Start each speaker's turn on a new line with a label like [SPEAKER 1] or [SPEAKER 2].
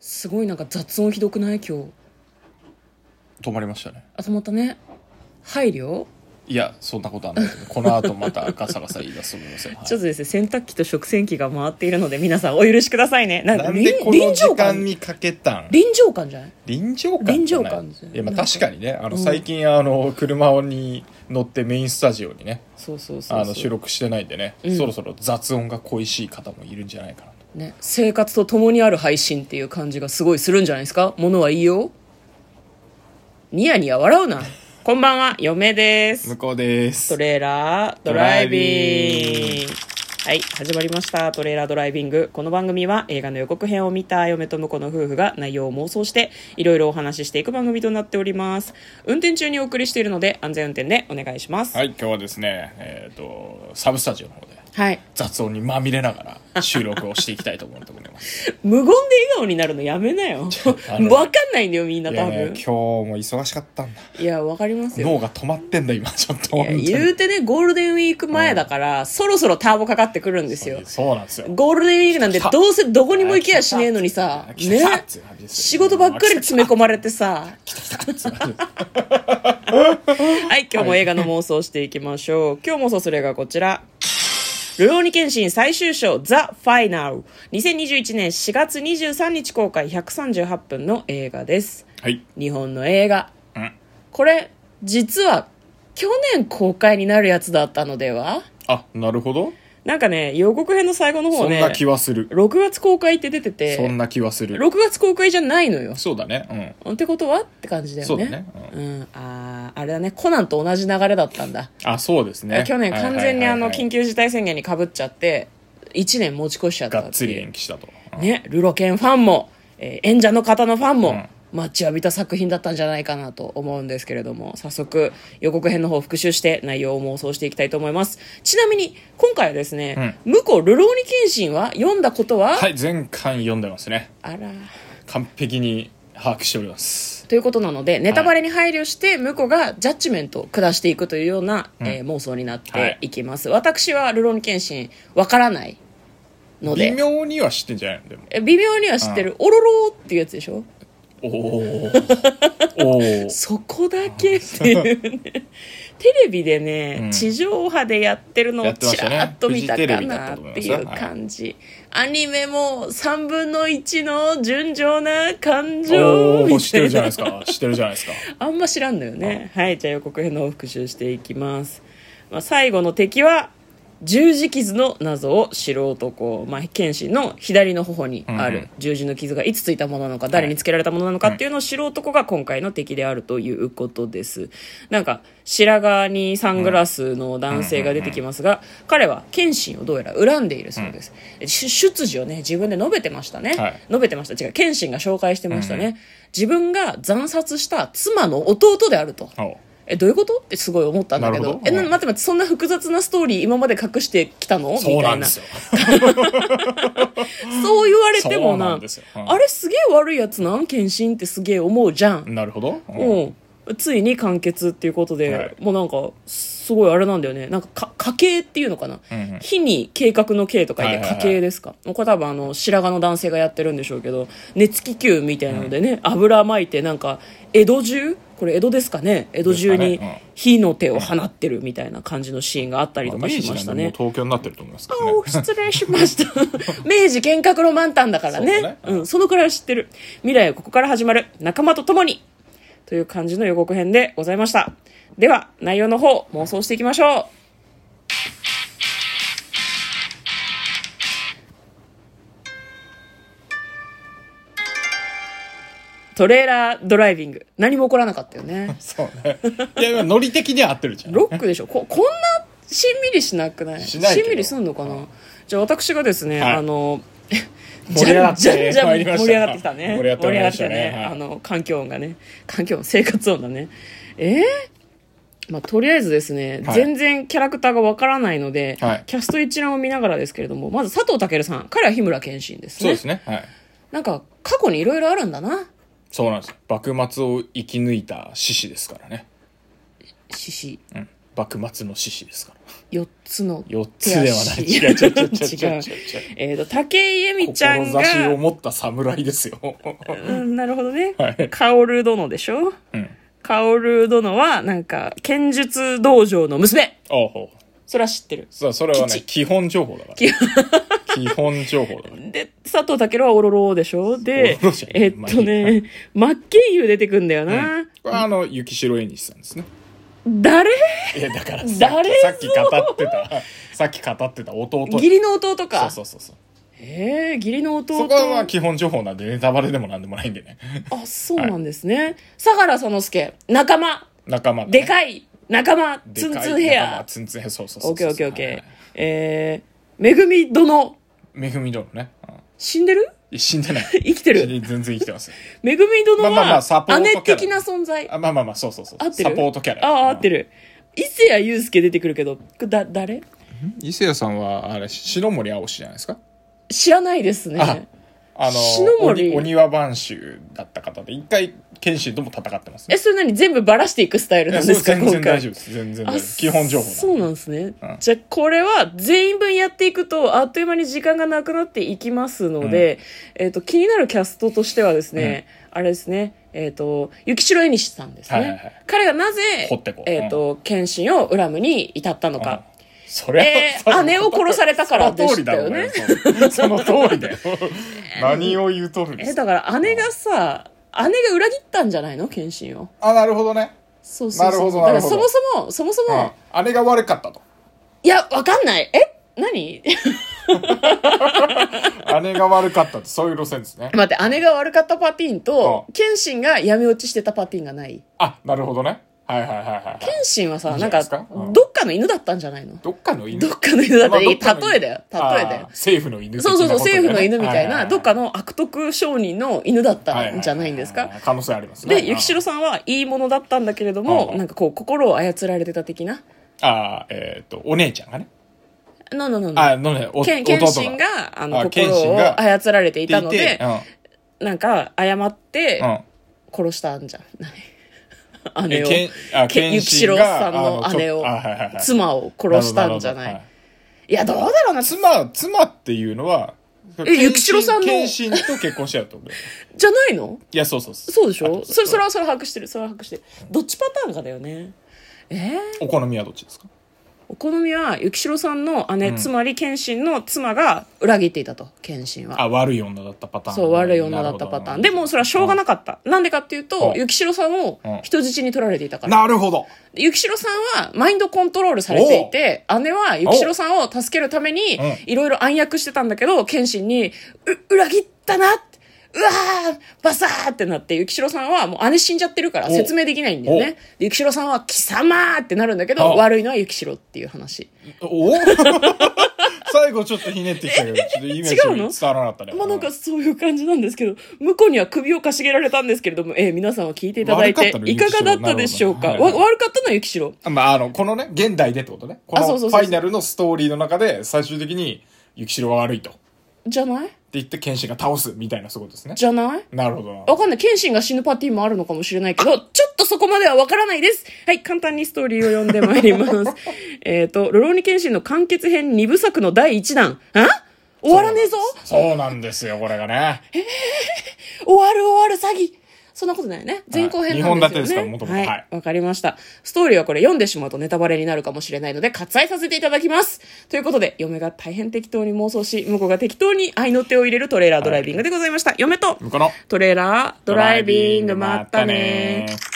[SPEAKER 1] すごいなんか雑音ひどくない今日
[SPEAKER 2] 止まりましたね
[SPEAKER 1] あ止まったね配慮
[SPEAKER 2] いやそんなことはないですけどこの後またガサガサ言い出すと思いますよ、はい
[SPEAKER 1] ちょっとですね洗濯機と食洗機が回っているので皆さんお許しくださいねなんか
[SPEAKER 2] なん
[SPEAKER 1] 臨
[SPEAKER 2] でこの
[SPEAKER 1] 臨
[SPEAKER 2] 時
[SPEAKER 1] 場
[SPEAKER 2] 間
[SPEAKER 1] 感
[SPEAKER 2] にかけたん
[SPEAKER 1] 臨場感じゃない
[SPEAKER 2] 臨場感
[SPEAKER 1] 臨場
[SPEAKER 2] じゃない
[SPEAKER 1] 感ですよ
[SPEAKER 2] いやまあ
[SPEAKER 1] なんか
[SPEAKER 2] 確かにねあの
[SPEAKER 1] うん
[SPEAKER 2] 最近あの車に乗ってメインスタジオにね
[SPEAKER 1] そうそうそうそう
[SPEAKER 2] あの収録してないんでね
[SPEAKER 1] うん
[SPEAKER 2] そろそろ雑音が恋しい方もいるんじゃないかなと
[SPEAKER 1] ね、生活と共にある配信っていう感じがすごいするんじゃないですかものはいいよニヤニヤ笑うなこんばんは嫁です
[SPEAKER 2] 向こうです
[SPEAKER 1] トレーラードライビングはい始まりましたトレーラードライビングこの番組は映画の予告編を見た嫁と婿の夫婦が内容を妄想していろいろお話ししていく番組となっております運転中にお送りしているので安全運転でお願いします、
[SPEAKER 2] はいい今日はですねえっ、とサブスタジオの方で
[SPEAKER 1] はい、
[SPEAKER 2] 雑音にまみれながら収録をしていきたいと思っております
[SPEAKER 1] 無言で笑顔になるのやめなよ
[SPEAKER 2] あ
[SPEAKER 1] 分
[SPEAKER 2] の
[SPEAKER 1] かんないんだよみんない多
[SPEAKER 2] やね
[SPEAKER 1] 分
[SPEAKER 2] 今日も忙しかったんだ
[SPEAKER 1] いやわかりますよ
[SPEAKER 2] 脳が止まってんだ今ちょっと
[SPEAKER 1] いや言うてねゴールデンウィーク前だから、そろそろターボかかってくるんですよ
[SPEAKER 2] そうなんですよ
[SPEAKER 1] ゴールデンウィークなんて
[SPEAKER 2] 来た
[SPEAKER 1] どうせどこにも行けやしねえのにさ
[SPEAKER 2] 来た来た
[SPEAKER 1] ね
[SPEAKER 2] 来た来た
[SPEAKER 1] 仕事ばっかり詰め込まれて さはい今日も映画の妄想していきましょう今日妄想する映画はこちらルオーニケンシン最終章ザ・ファイナル2021年4月23日公開138分の映画です
[SPEAKER 2] はい
[SPEAKER 1] 日本の映画、
[SPEAKER 2] うん
[SPEAKER 1] これ実は去年公開になるやつだったのでは
[SPEAKER 2] あなるほど
[SPEAKER 1] なんかね予告編の最後の
[SPEAKER 2] そ
[SPEAKER 1] 方
[SPEAKER 2] ん
[SPEAKER 1] ね
[SPEAKER 2] な気はする
[SPEAKER 1] 6月公開って出てて
[SPEAKER 2] そんな気はする
[SPEAKER 1] 6月公開じゃないのよ
[SPEAKER 2] そうだね
[SPEAKER 1] ってことはって感じだよね
[SPEAKER 2] そうだね
[SPEAKER 1] うん、あーあれだねコナンと同じ流れだったんだ、
[SPEAKER 2] うんあそうですね
[SPEAKER 1] 去年
[SPEAKER 2] はいはい
[SPEAKER 1] 完全にあ
[SPEAKER 2] は
[SPEAKER 1] の
[SPEAKER 2] いはい
[SPEAKER 1] 緊急事態宣言にかぶっちゃって1年持ち越しちゃった
[SPEAKER 2] がってつ
[SPEAKER 1] いう
[SPEAKER 2] り延期したとうん
[SPEAKER 1] ね、ルロケンファンも、えー演者の方のファンも、
[SPEAKER 2] うん
[SPEAKER 1] 待ちわびた作品だったんじゃないかなと思うんですけれども、早速予告編の方を復習して内容を妄想していきたいと思います。ちなみに、今回はですね、向こう、ルローニケンシンは読んだことは、
[SPEAKER 2] はい前回読んでますね
[SPEAKER 1] あら。
[SPEAKER 2] 完璧に把握しております
[SPEAKER 1] ということなので、ネタバレに配慮して、向こうがジャッジメントを下していくというような、えー妄想になっていきます。私はルローニケンシンわからないの
[SPEAKER 2] 微
[SPEAKER 1] で、
[SPEAKER 2] 妙には知ってんじゃないのでも
[SPEAKER 1] え微妙には知ってる、オロローっていうやつでしょ
[SPEAKER 2] おーおー
[SPEAKER 1] そこだけっていう ねテレビでね、
[SPEAKER 2] うん
[SPEAKER 1] 地上波でやってるのを
[SPEAKER 2] やってま
[SPEAKER 1] ち
[SPEAKER 2] したね
[SPEAKER 1] らっと見たか
[SPEAKER 2] フジテレビだった
[SPEAKER 1] なっ
[SPEAKER 2] と思い
[SPEAKER 1] て
[SPEAKER 2] ま
[SPEAKER 1] い
[SPEAKER 2] す
[SPEAKER 1] う感じ、アニメも3分の1の純情な感情
[SPEAKER 2] おー
[SPEAKER 1] み
[SPEAKER 2] 知ったてる
[SPEAKER 1] い
[SPEAKER 2] じゃない
[SPEAKER 1] な
[SPEAKER 2] ですか知ってるじゃないですか
[SPEAKER 1] あんま知らんのよねはいじゃあ予告編の方を復習していきます、まあ、最後の敵は十字傷の謎を知る男、まあ、剣士の左の頬にあ
[SPEAKER 2] うんう
[SPEAKER 1] る
[SPEAKER 2] ん
[SPEAKER 1] 十字の傷がいつついたものなのか誰につけられたものなのかっていうのを知る男が今回の敵であるということですなんか白髪にサングラスの男性が出てきますが彼は剣心をどうやら恨んでいるそうですし出自をね自分で述べてましたね、
[SPEAKER 2] はい
[SPEAKER 1] 述べてました違う謙信が紹介してましたね、自分が惨殺した妻の弟であると
[SPEAKER 2] おー
[SPEAKER 1] えどういうことってすごい思ったんだけ
[SPEAKER 2] な
[SPEAKER 1] ど
[SPEAKER 2] るほ
[SPEAKER 1] え
[SPEAKER 2] ど
[SPEAKER 1] な
[SPEAKER 2] うん
[SPEAKER 1] 待って待ってそんな複雑なストーリー今まで隠してきたのみたい
[SPEAKER 2] そうなんですよ
[SPEAKER 1] そう言われても
[SPEAKER 2] そう
[SPEAKER 1] な
[SPEAKER 2] なんですようん
[SPEAKER 1] あれすげえ悪いやつなん謙信ってすげえ思うじゃん、
[SPEAKER 2] なるほどうん
[SPEAKER 1] うんついに完結っていうことで、
[SPEAKER 2] はい
[SPEAKER 1] もうなんかすごいあれなんだよねなんかか家系っていうのかな、
[SPEAKER 2] うんうん
[SPEAKER 1] 火に計画の計とか言って
[SPEAKER 2] はいはい
[SPEAKER 1] 家
[SPEAKER 2] はい
[SPEAKER 1] 系ですか、これ多分あの白髪の男性がやってるんでしょうけど熱気球みたいなのでね、油巻いてなんか江戸中これ江戸ですかね江戸中
[SPEAKER 2] で
[SPEAKER 1] に
[SPEAKER 2] すかね
[SPEAKER 1] 火の手を放ってるみたいな感じのシーンがあったりと
[SPEAKER 2] まあ
[SPEAKER 1] かしましたね
[SPEAKER 2] 明治なんでもう。東京になってると思いますけどね
[SPEAKER 1] おー失礼しました 明治幻覚の満タンだからね
[SPEAKER 2] そううだね
[SPEAKER 1] ん、そのくらいは知ってる未来はここから始まる仲間と共にという感じの予告編でございましたでは内容の方妄想していきましょうトレーラードライビング何も起こらなかったよね
[SPEAKER 2] そうね。いや、今ノリ的には合ってるじゃん。
[SPEAKER 1] ロックでしょここんなしんみりしなくない
[SPEAKER 2] しない
[SPEAKER 1] し
[SPEAKER 2] けど
[SPEAKER 1] んみりすんのかな、じゃあ私がですね、
[SPEAKER 2] はい
[SPEAKER 1] あの
[SPEAKER 2] 盛り上がって
[SPEAKER 1] じゃんじゃん
[SPEAKER 2] 参りました
[SPEAKER 1] 盛り上がってきたね
[SPEAKER 2] 盛り上がってまいりました
[SPEAKER 1] 盛
[SPEAKER 2] ね
[SPEAKER 1] り上がって
[SPEAKER 2] はい
[SPEAKER 1] あの環境音がね環境音生活音だねえーまあ、とりあえずですね、
[SPEAKER 2] はい
[SPEAKER 1] 全然キャラクターがわからないので、
[SPEAKER 2] はい
[SPEAKER 1] キャスト一覧を見ながらですけれどもまず佐藤健さん彼は日村謙信です
[SPEAKER 2] そう
[SPEAKER 1] ね
[SPEAKER 2] ですね。はい。
[SPEAKER 1] なんか過去にいろいろあるんだな
[SPEAKER 2] そうなんです。幕末を生き抜いた志士ですからね。
[SPEAKER 1] 獅子、
[SPEAKER 2] うん幕末の志士ですから。
[SPEAKER 1] 4つの
[SPEAKER 2] 4つではない。違う違う違う違う違う違う違う。
[SPEAKER 1] えっと武井絵美ちゃんが
[SPEAKER 2] 志を持った侍ですよ。
[SPEAKER 1] うん、なるほどね
[SPEAKER 2] はい。
[SPEAKER 1] 薫殿でしょ
[SPEAKER 2] うん。
[SPEAKER 1] 薫殿はなんか剣術道場の娘
[SPEAKER 2] ああ、ほう。
[SPEAKER 1] それは知ってる
[SPEAKER 2] そう、それはね、
[SPEAKER 1] 基
[SPEAKER 2] 基本情報だから。
[SPEAKER 1] 基
[SPEAKER 2] 基本情報 だから。
[SPEAKER 1] で佐藤健はオロロでしょで
[SPEAKER 2] オロロじゃねえ
[SPEAKER 1] えっとね真っ慶優出てくんだよな、
[SPEAKER 2] これはあの、雪城縁日さんですね。
[SPEAKER 1] 誰
[SPEAKER 2] いや、だからさっ
[SPEAKER 1] 誰
[SPEAKER 2] き、さっき語ってた、さっき語ってた弟。
[SPEAKER 1] 義理の弟か
[SPEAKER 2] そうそうそうそう。
[SPEAKER 1] へえ義理の弟
[SPEAKER 2] そこはまあ基本情報なんで、ネタバレでもなんでもないんでね。
[SPEAKER 1] あそうなんですね、相原園助仲間
[SPEAKER 2] 仲間、
[SPEAKER 1] でかい仲間
[SPEAKER 2] で
[SPEAKER 1] ツ
[SPEAKER 2] かい
[SPEAKER 1] ンツンヘ
[SPEAKER 2] 仲間
[SPEAKER 1] ア
[SPEAKER 2] ツンツンヘア、そうそうそうそう。
[SPEAKER 1] オッケーオッケーオッ
[SPEAKER 2] はい
[SPEAKER 1] ケ
[SPEAKER 2] は
[SPEAKER 1] ー
[SPEAKER 2] い
[SPEAKER 1] えー、めぐみ殿
[SPEAKER 2] めぐみ殿ね。うん
[SPEAKER 1] 死んでる
[SPEAKER 2] いや死んでない。
[SPEAKER 1] 生きてる
[SPEAKER 2] 死んで全然生きてますよ。
[SPEAKER 1] めぐみ殿
[SPEAKER 2] まあまあま
[SPEAKER 1] は
[SPEAKER 2] あサポートキャ
[SPEAKER 1] 姉
[SPEAKER 2] ラ
[SPEAKER 1] 的な存在
[SPEAKER 2] あまあまあまあ、そうそうそう。
[SPEAKER 1] 合ってる
[SPEAKER 2] サポートキャラ。
[SPEAKER 1] ああ合って
[SPEAKER 2] る。
[SPEAKER 1] る伊勢谷友介出てくるけどだ誰
[SPEAKER 2] 伊勢谷さんは、あれ、白森青志じゃないですか
[SPEAKER 1] 知らないです
[SPEAKER 2] あ
[SPEAKER 1] ね
[SPEAKER 2] あの
[SPEAKER 1] 篠、森
[SPEAKER 2] 鬼鬼は番衆だった方で、一回、謙信とも戦ってますね
[SPEAKER 1] え。それ何全部バラしていくスタイル
[SPEAKER 2] いや
[SPEAKER 1] なん
[SPEAKER 2] そ
[SPEAKER 1] で
[SPEAKER 2] う
[SPEAKER 1] すか
[SPEAKER 2] 全
[SPEAKER 1] 今
[SPEAKER 2] 然大
[SPEAKER 1] 回
[SPEAKER 2] 丈夫です。全然大
[SPEAKER 1] あ
[SPEAKER 2] 丈夫。基本情報
[SPEAKER 1] そうなんんですね、
[SPEAKER 2] うん
[SPEAKER 1] じゃあこれは全員分やっていくとあっという間に時間がなくなっていきますので、えっと気になるキャストとしてはですね、あれですねえっ、と雪城絵西さんですね、
[SPEAKER 2] はいはいはい
[SPEAKER 1] 彼がなぜ
[SPEAKER 2] 掘ってこう
[SPEAKER 1] えっと謙信を恨むに至ったの
[SPEAKER 2] うん
[SPEAKER 1] か、
[SPEAKER 2] それは、
[SPEAKER 1] えー
[SPEAKER 2] その
[SPEAKER 1] 姉を殺されたからでしたよね
[SPEAKER 2] その通りだろうね。そのその通 りだよ。何を言うとるんで
[SPEAKER 1] え
[SPEAKER 2] すか。
[SPEAKER 1] だから姉がさ姉が裏切ったんじゃないの謙信を
[SPEAKER 2] あ、なるほどね。
[SPEAKER 1] そうそうそう
[SPEAKER 2] なるほど
[SPEAKER 1] だから
[SPEAKER 2] なるほ
[SPEAKER 1] そ
[SPEAKER 2] ど
[SPEAKER 1] もそもそもそも、
[SPEAKER 2] うん。姉が悪かったと。
[SPEAKER 1] いやわかんないえ何
[SPEAKER 2] 姉が悪かったって、そういう路線ですね。
[SPEAKER 1] 待って姉が悪かったパティーンと
[SPEAKER 2] うん
[SPEAKER 1] 謙信が闇落ちしてたパティーンがない
[SPEAKER 2] あ、なるほどね。はいはいはいはいはい。
[SPEAKER 1] 謙信はさ
[SPEAKER 2] いい
[SPEAKER 1] なん
[SPEAKER 2] じ
[SPEAKER 1] か
[SPEAKER 2] ゃないですかうん
[SPEAKER 1] どっかの犬だったんじゃないの
[SPEAKER 2] どっかの犬
[SPEAKER 1] どっかの犬だったらいい
[SPEAKER 2] まあどっかの
[SPEAKER 1] 例えだよ例えだ
[SPEAKER 2] あー
[SPEAKER 1] よ
[SPEAKER 2] 政府の犬的な
[SPEAKER 1] そ
[SPEAKER 2] こ
[SPEAKER 1] う
[SPEAKER 2] と
[SPEAKER 1] そう
[SPEAKER 2] だ
[SPEAKER 1] そ
[SPEAKER 2] よ
[SPEAKER 1] う
[SPEAKER 2] ね
[SPEAKER 1] 政府の犬みたい
[SPEAKER 2] はは
[SPEAKER 1] な
[SPEAKER 2] は
[SPEAKER 1] どっかの悪徳商人の犬だった
[SPEAKER 2] はは
[SPEAKER 1] んじゃないんです
[SPEAKER 2] は
[SPEAKER 1] か
[SPEAKER 2] は可能性ありますね。
[SPEAKER 1] で幸代さんはいいものだったんだけれど
[SPEAKER 2] う
[SPEAKER 1] も
[SPEAKER 2] んうん
[SPEAKER 1] なんかこう心を操られてた的な
[SPEAKER 2] ああ、えっと、お姉ちゃんがね。
[SPEAKER 1] のののの
[SPEAKER 2] あのね、お
[SPEAKER 1] 剣
[SPEAKER 2] 弟
[SPEAKER 1] 謙信
[SPEAKER 2] が
[SPEAKER 1] があの
[SPEAKER 2] あ
[SPEAKER 1] 心
[SPEAKER 2] 謙信
[SPEAKER 1] を
[SPEAKER 2] が
[SPEAKER 1] 操られてい
[SPEAKER 2] い
[SPEAKER 1] たので
[SPEAKER 2] てう
[SPEAKER 1] なんか謝って
[SPEAKER 2] ん。うん。
[SPEAKER 1] 殺したんじゃん、
[SPEAKER 2] え
[SPEAKER 1] 姉を
[SPEAKER 2] けんあ
[SPEAKER 1] け幸
[SPEAKER 2] 謙信
[SPEAKER 1] 代
[SPEAKER 2] が
[SPEAKER 1] さんの
[SPEAKER 2] あの
[SPEAKER 1] 姉を
[SPEAKER 2] ちょあはいはいはい
[SPEAKER 1] 妻を殺したんじゃない
[SPEAKER 2] なるほどなるほどはい
[SPEAKER 1] やどうだろうなじ
[SPEAKER 2] 妻、妻っていうのは、
[SPEAKER 1] え幸代さんの
[SPEAKER 2] 謙信と結婚してたと思う。
[SPEAKER 1] ゃないの
[SPEAKER 2] いや、そうそうそう。
[SPEAKER 1] そうでしょ
[SPEAKER 2] あ
[SPEAKER 1] それそれはそれは把握してるそれは把握してるどっちパターンかだよねえー、
[SPEAKER 2] お好みはどっちですか
[SPEAKER 1] お好みは幸代さんの姉、
[SPEAKER 2] うん
[SPEAKER 1] つまり謙信の妻が裏切っていたと謙信は
[SPEAKER 2] あ、悪い女だったパターン。
[SPEAKER 1] そう悪い女だったパターンでもそれはしょうが
[SPEAKER 2] な
[SPEAKER 1] なかったなんでかっていうと
[SPEAKER 2] うん
[SPEAKER 1] 幸代さんを
[SPEAKER 2] うん
[SPEAKER 1] 人質に取られていたから
[SPEAKER 2] るほど。なるほど。
[SPEAKER 1] 雪代さんはマインドコントロールされていて、姉は雪代さんを助けるために
[SPEAKER 2] うん、
[SPEAKER 1] いろいろ暗躍してたんだけど、謙信に、う、裏切ったなってうわーバサーってなって、雪代さんはもう姉死んじゃってるから
[SPEAKER 2] お
[SPEAKER 1] 説明できないんだよね。で雪代さんは貴様ーってなるんだけど、
[SPEAKER 2] お
[SPEAKER 1] 悪いのは雪代っていう話。
[SPEAKER 2] お最後ちょっとひねってきたけど、ちょっとイメージ
[SPEAKER 1] 違うの
[SPEAKER 2] 伝わらなかったね。
[SPEAKER 1] まあなんかそういう感じなんですけど、向こうには首をかしげられたんですけれども、えー皆さんは聞いていただいて
[SPEAKER 2] 悪かった、の
[SPEAKER 1] いかがだったでしょうか。
[SPEAKER 2] 雪代なるほ
[SPEAKER 1] わ
[SPEAKER 2] ど
[SPEAKER 1] 悪かったのは雪代。
[SPEAKER 2] うんまあ、あの、このね、現代でってことね。こ
[SPEAKER 1] あ
[SPEAKER 2] の
[SPEAKER 1] そ
[SPEAKER 2] フ
[SPEAKER 1] うそうそうそう
[SPEAKER 2] ァイナルのストーリーの中で、最終的に、雪代は悪いと。って
[SPEAKER 1] じゃない
[SPEAKER 2] 言って、剣士が倒す、みたいなそういうことですね。
[SPEAKER 1] じゃない
[SPEAKER 2] なるほどな。
[SPEAKER 1] わかんない。謙信が死ぬパティーンもあるのかもしれないけど、ちょっとそこまではわからないです。はい、簡単にストーリーを読んでまいります。 えっと、ロローニ謙信の完結編2部作の第1弾。あ終わらねえぞ
[SPEAKER 2] そうなんですよ、これがね。
[SPEAKER 1] 終わる終わる詐欺そんなことないよね。前後編なんですよね。
[SPEAKER 2] 二本立てですから元々
[SPEAKER 1] は。
[SPEAKER 2] はいい
[SPEAKER 1] わ、かりました。ストーリーはこれ読んでしまうとネタバレになるかもしれないので、割愛させていただきます。ということで、嫁が大変適当に妄想し、向こうが適当に愛の手を入れるトレーラードライビングでございました。嫁と、
[SPEAKER 2] 向こうの、
[SPEAKER 1] トレーラードライビング、まったねー。